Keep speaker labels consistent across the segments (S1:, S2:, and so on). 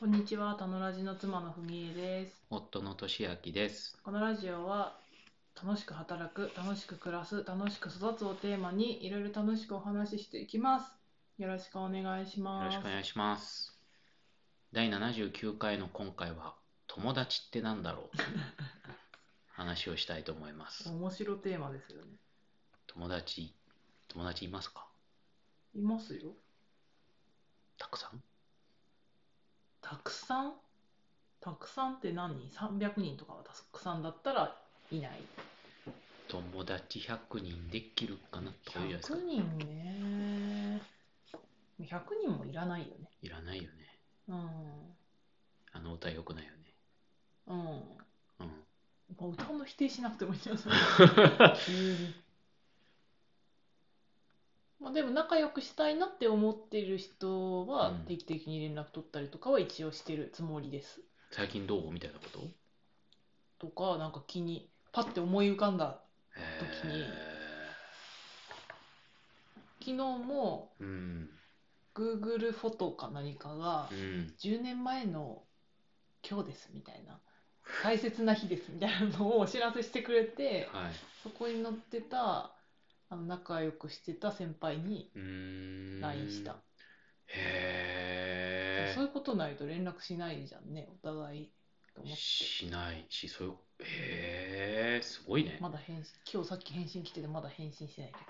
S1: こんにちは、たのラジの妻のふみえです。
S2: 夫の俊明です。
S1: このラジオは楽しく働く、楽しく暮らす、楽しく育つをテーマにいろいろ楽しくお話ししていきます。よろしくお願いし
S2: よろ
S1: ます。
S2: しくお願いします。第79回の今回は、友達ってなん だろう話をしたいと思います。
S1: 面白テーマですよね。
S2: 友達、友達いますか
S1: いますよ。
S2: たくさん
S1: たくさんたくさんって何 ?300 人とかはたくさんだったらいない。
S2: 友達100人できるかなとか言うじゃないですか
S1: 100。人ね。100人もいらないよね。
S2: いらないよね。
S1: う
S2: あの歌良くないよね。
S1: ん。うん。
S2: うん。
S1: もう歌の否定しなくてもいいじゃん。それ急に まあでも仲良くしたいなって思ってる人は
S2: うん
S1: 定期的に連絡取ったりとかは一応してるつもりです。
S2: 最近どうみたいなこと
S1: とかなんか気にパッて思い浮かんだ時に昨日も
S2: えー、うん。
S1: Google フォトか何かが
S2: うん。
S1: 10年前の今日ですみたいな大切な日ですみたいなのをお知らせしてくれ て
S2: はい。
S1: そこに載ってたあの仲良くしてた先輩に
S2: うーん。
S1: LINE した。
S2: へえ。
S1: そういうことないと連絡しないじゃんねお互いと思って
S2: しないし、そういう、へえ、すごいね。
S1: まだ返信今日さっき返信来ててまだ返信してないけ
S2: へ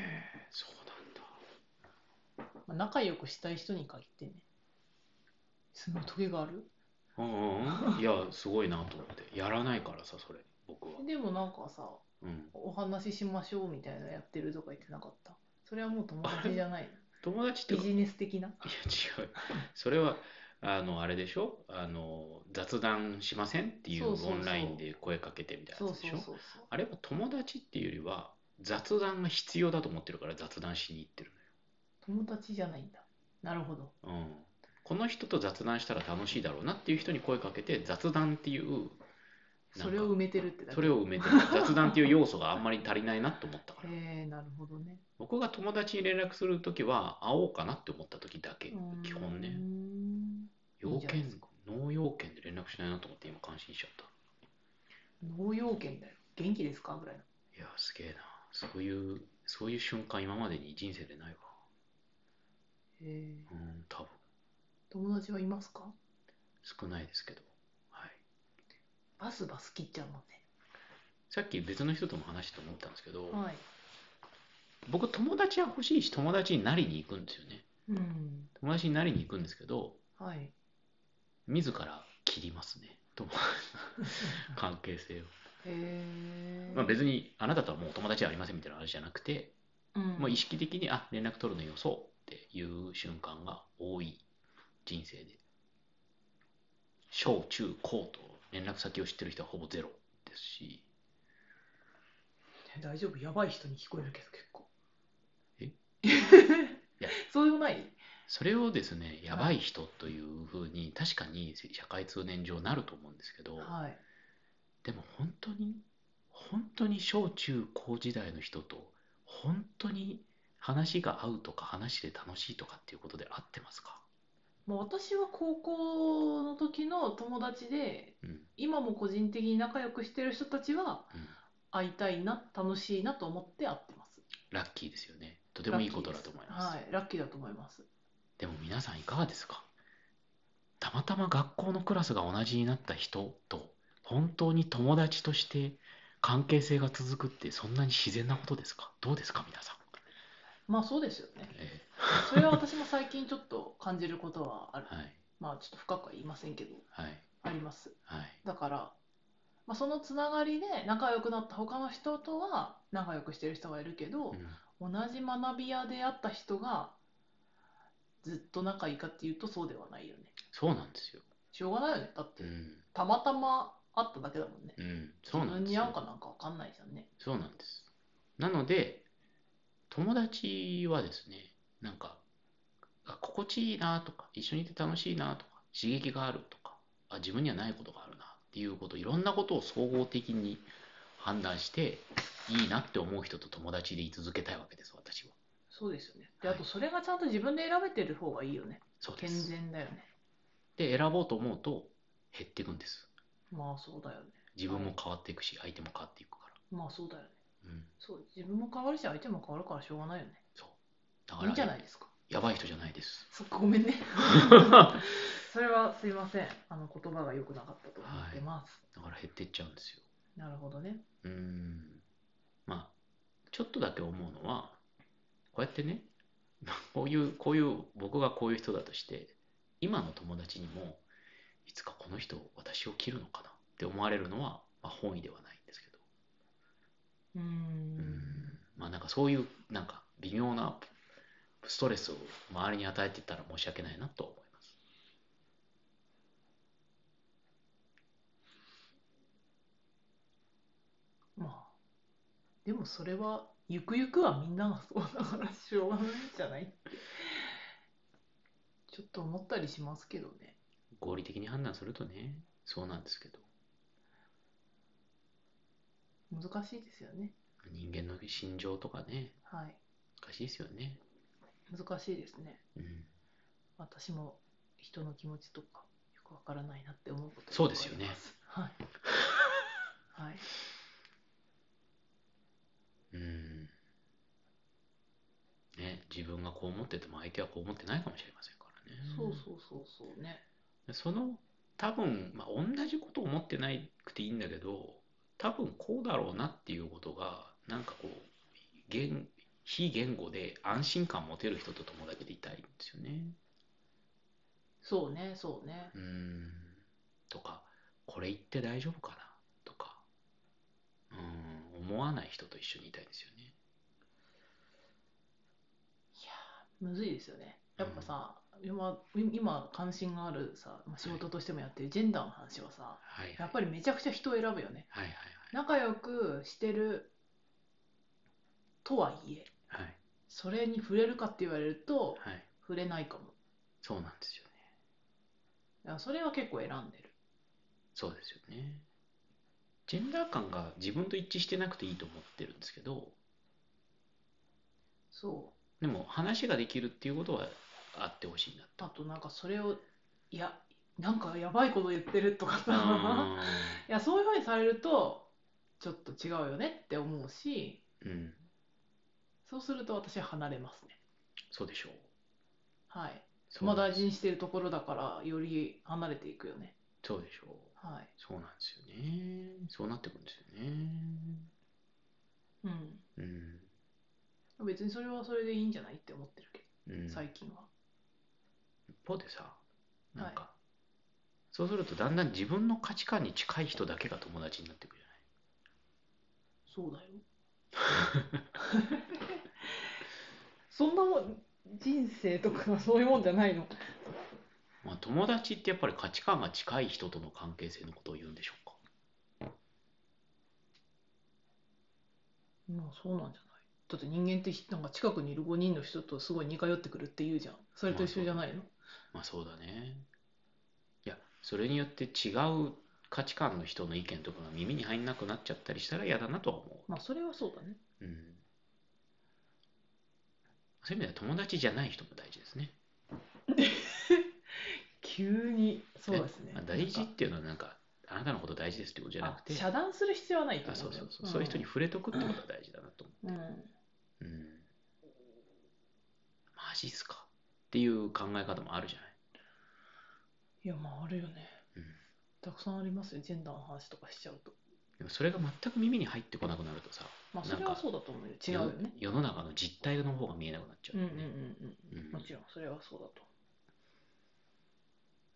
S2: え、そうなんだ。
S1: ど、まあ、仲良くしたい人に限ってねすごいトゲがある
S2: うん うん、いや、すごいなと思って。やらないからさ、それ、僕は。
S1: でもなんかさ
S2: うん。
S1: お話ししましょうみたいなやってるとか言ってなかったそれはもう友達じゃ ない
S2: 友達って
S1: ビ
S2: か、い
S1: ジネス的な
S2: や、違う。それは、あの、あれでしょあの、雑談しませんってい
S1: そううそうそう
S2: オンラインで声かけてみたいな
S1: そう
S2: やつ
S1: そ
S2: で
S1: う
S2: しょ
S1: そうそう
S2: あれは友達っていうよりは、雑談が必要だと思ってるから雑談しに行ってる
S1: 友達じゃないんだなるほど
S2: のよ。うん。この人と雑談したら楽しいだろうなっていう人に声かけて、雑談っていう、なん
S1: そ
S2: か
S1: れを埋めてるってだけ
S2: それを埋めてる雑談っていう要素があんまり足りないなと思ったから
S1: へえなるほどね
S2: 僕が友達に連絡するときは会おうかなって思ったときだけ基本
S1: うー
S2: ね
S1: ん
S2: 要
S1: いいじゃないで
S2: 件
S1: すか
S2: 農要件で連絡しないなと思って今感心しちゃった
S1: 農業圏だよ元気ですかぐらいの
S2: いやすげえなそういうそういう瞬間今までに人生でないわ
S1: へえ
S2: うん多分
S1: 友達はいますか
S2: 少ないですけど、はい、
S1: バスバス切っちゃうもんね
S2: さっき別の人とも話してて思ったんですけど、
S1: はい。
S2: 僕友達は欲しいし友達になりに行くんですよね
S1: うん。
S2: 友達になりに行くんですけど
S1: はい。
S2: 自ら切りますね友達 関係性を
S1: へえ。
S2: まあ、別にあなたとはもうお友達はありませんみたいな話じゃなくて、
S1: うん、
S2: もう意識的にあ連絡取るのよそうっていう瞬間が多い人生で小中高と連絡先を知ってる人はほぼゼロですし
S1: 大丈夫、やばい人に聞こえるけど、結構。
S2: えや
S1: そうでもない
S2: それをですねやばい人というふうに確かに社会通念上なると思うんですけど、
S1: はい。
S2: でも本当に本当に小中高時代の人と本当に話が合うとか話で楽しいとかっていうことで合ってますか
S1: もう私は高校の時の友達で、
S2: うん
S1: 今も個人的に仲良くしてる人たちは、
S2: うん
S1: 会いたいな、楽しいなと思って会ってます。
S2: ラッキーですよね。とてもいいことだと思います。
S1: はい、ラッキーだと思います。
S2: でも皆さんいかがですかたまたま学校のクラスが同じになった人と本当に友達として関係性が続くってそんなに自然なことですかどうですか皆さん。
S1: まあそうですよね。
S2: え
S1: それは私も最近ちょっと感じることはある
S2: ー。はい
S1: まあちょっと深くは言いませんけど、
S2: はい
S1: あります。
S2: はい。
S1: だから、まあ、そのつながりで仲良くなった他の人とは仲良くしてる人がいるけど
S2: う、ん
S1: 同じ学び屋であった人がずっと仲いいかっていうとそうではないよね
S2: そうなんですよ。
S1: しょうがないよねだって
S2: うん
S1: たまたま会っただけだもんね
S2: うんそう
S1: 自
S2: なん
S1: 分
S2: です
S1: に
S2: よ
S1: 合うかなんかわかんないじゃんね
S2: そうなんです。なので、友達はですね、なんか、あ心地いいなとか、一緒にいて楽しいなとか、刺激があるとか、あ自分にはないことがあるなっていうこと、いろんなことを総合的に判断して、いいなって思う人と友達で居続けたいわけです、私は。
S1: そうですよねであ
S2: はい
S1: とそれがちゃんと自分で選べてる方がいいよね
S2: そうで
S1: 健
S2: す。
S1: 全だよね
S2: で選ぼうと思うと減っていくんです
S1: まあそうだよね
S2: 自分も変わっていくし相手も変わっていくか
S1: まあそうだよね
S2: らうん
S1: そう自分も変わるし相手も変わるからしょうがないよね
S2: そうだか
S1: い
S2: ら
S1: いんじゃないですか
S2: やばい人じゃないです
S1: そっかごめん ねそれはすいませんあの言葉が良くなかったと思ってます、
S2: だから減ってっちゃうんですよ
S1: なるほどね
S2: うーんまあちょっとだけ思うのはこうやってね こういうこういう僕がこういう人だとして今の友達にもいつかこの人私を切るのかなって思われるのは、まあ、本意ではないんですけど
S1: うーん
S2: うーんまあなんかそういうなんか微妙なストレスを周りに与えてたら申し訳ないなと思います
S1: まあでもそれはゆくゆくはみんながそうだからしょうがないんじゃないってちょっと思ったりしますけどね
S2: 合理的に判断するとねそうなんですけど
S1: 難しいですよね
S2: 人間の心情とかね
S1: はい
S2: 難しいですよね
S1: 難しいですね
S2: うん
S1: 私も人の気持ちとかよくわからないなって思うこと
S2: そうですよね
S1: がありますはいは い
S2: うんね、自分がこう思ってても相手はこう思ってないかもしれませんからね。
S1: そうそうそうそうね
S2: その多分、まあ、同じこと思ってなくていいんだけど多分こうだろうなっていうことがなんかこう言非言語で安心感持てる人と友達でいたいんですよね。
S1: そうねそうね
S2: うんとかこれ言って大丈夫かなとかうん思わない人と一緒にいたいですよね。
S1: むずいですよねやっぱさ、今今関心があるさまあ仕事としてもやってるジェンダーの話はさ
S2: はいは
S1: や
S2: い
S1: っぱりめちゃくちゃ人を選ぶよね
S2: はいはい
S1: 仲良くしてるとはいえ
S2: はいはい
S1: それに触れるかって言われると
S2: はい
S1: 触れないかも
S2: そうなんですよね。
S1: だからそれは結構選んでる
S2: そうですよね。ジェンダー感が自分と一致してなくていいと思ってるんですけど、
S1: そう
S2: でも話ができるっていうことはあってほしいなと。
S1: あとなんかそれをいやなんかやばいこと言ってるとか さ
S2: あ
S1: いやそういうふうにされるとちょっと違うよねって思うし
S2: ーうん、
S1: そうすると私は離れますね
S2: そうでしょう。
S1: はい
S2: そう
S1: まあ大事にしてるところだからより離れていくよね
S2: そうでしょう。
S1: はい
S2: そうなんですよね。そうなってくるんですよね。
S1: うん
S2: うん。
S1: 別にそれはそれでいいんじゃないって思ってるけ
S2: うん、
S1: ど
S2: 一
S1: 最近は
S2: 方でさ、なんか、
S1: は
S2: そうするとだんだん自分の価値観に近い人だけが友達になってくるじゃな
S1: そ
S2: い。
S1: う だよ。そんなもん、人生とかそういうもんじゃないの。
S2: まあ、友達ってやっぱり価値観が近い人との関係性のことを言うんでしょうか。
S1: まあそうなんじゃない。だって人間ってひなんか近くにいる5人の人とすごい似通ってくるって言うじゃん。それと一緒じゃないの。
S2: まあそうだね。いや、それによって違う価値観の人の意見とかが耳に入んなくなっちゃったりしたら嫌だなとは思
S1: まあそれはそうだね。
S2: う。うん。そういう意味では友達じゃない人も大事ですね。
S1: 急に。そうですね
S2: まあ。大事っていうのはなんか、あなたのこと大事ですってことじゃなくて
S1: あ、遮断する必要はないと
S2: あ
S1: 思
S2: そううん
S1: だ
S2: そ
S1: よ
S2: うそう、そういう人に。触れとくってことは大事だなと思
S1: うん。
S2: う。うん。マジっすかっていう考え方もあるじゃない。
S1: いやまああるよね
S2: うん。
S1: たくさんありますよ。ジェンダーの話とかしちゃうと。
S2: でもそれが全く耳に入ってこなくなるとさ、
S1: まあ
S2: なんか
S1: それはそうだと思うよ。違うよね。
S2: 世の中の実態の方が見えなくなっちゃ
S1: う
S2: うんよ
S1: う
S2: ね
S1: んうん
S2: う
S1: うんん。もちろんそれはそうだと思う。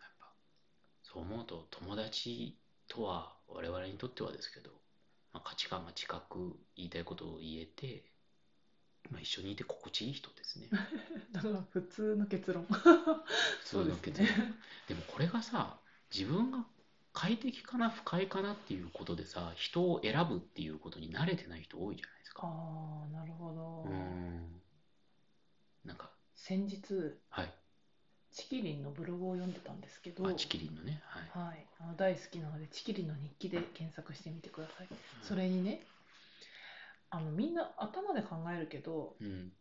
S2: やっぱそう思うと友達とは我々にとってはですけど、まあ、価値観が近く言いたいことを言えて、まあ、一緒にいて心地いい人で すね
S1: だから普通の結論
S2: 普通の結論でもこれがさ自分が快適かな不快かなっていうことでさ人を選ぶっていうことに慣れてない人多いじゃないですか
S1: ああなるほど、
S2: うんなんか
S1: 先日
S2: はい
S1: チキリンのブログを読んでたんですけど
S2: あチキリンのねはい、
S1: はい、あの大好きなのでチキリンの日記で検索してみてください
S2: うん
S1: それにねあのみんな頭で考えるけど
S2: うん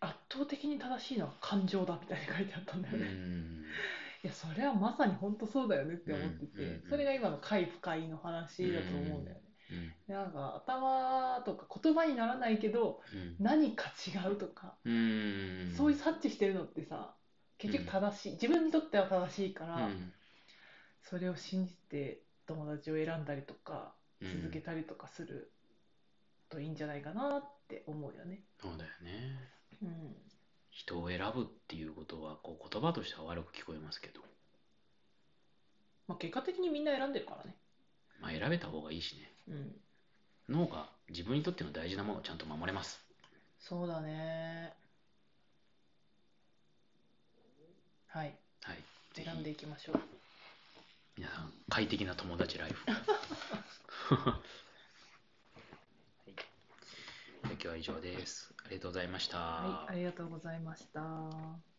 S1: 圧倒的に正しいのは感情だみたいに書いてあったんだよ
S2: う
S1: ね、い
S2: ん
S1: やそれはまさに本当そうだよねって思ってて、
S2: うんうんうん
S1: それが今の快不快の話だと思うんだよね、
S2: うん
S1: でなんか頭とか言葉にならないけど
S2: うん
S1: 何か違うとか、
S2: うん
S1: そういう察知してるのってさ結局正しい自分にとっては正しいか
S2: う
S1: ら、
S2: ん
S1: それを信じて友達を選んだりとか
S2: うん
S1: 続けたりとかするといいんじゃないかなって思うよね。
S2: そうだよね
S1: うん、
S2: 人を選ぶっていうことはこう言葉としては悪く聞こえますけど
S1: まあ、結果的にみんな選んでるからね。
S2: まあ選べた方がいいしね
S1: うん、
S2: 脳が自分にとっての大事なものをちゃんと守れます
S1: そうだね。はい、
S2: はいぜ
S1: 選んで
S2: ひ
S1: いきましょう。
S2: 皆さん快適な友達ライフ はいじゃあ今日は以上ですありがとうございました、
S1: はい、ありがとうございました。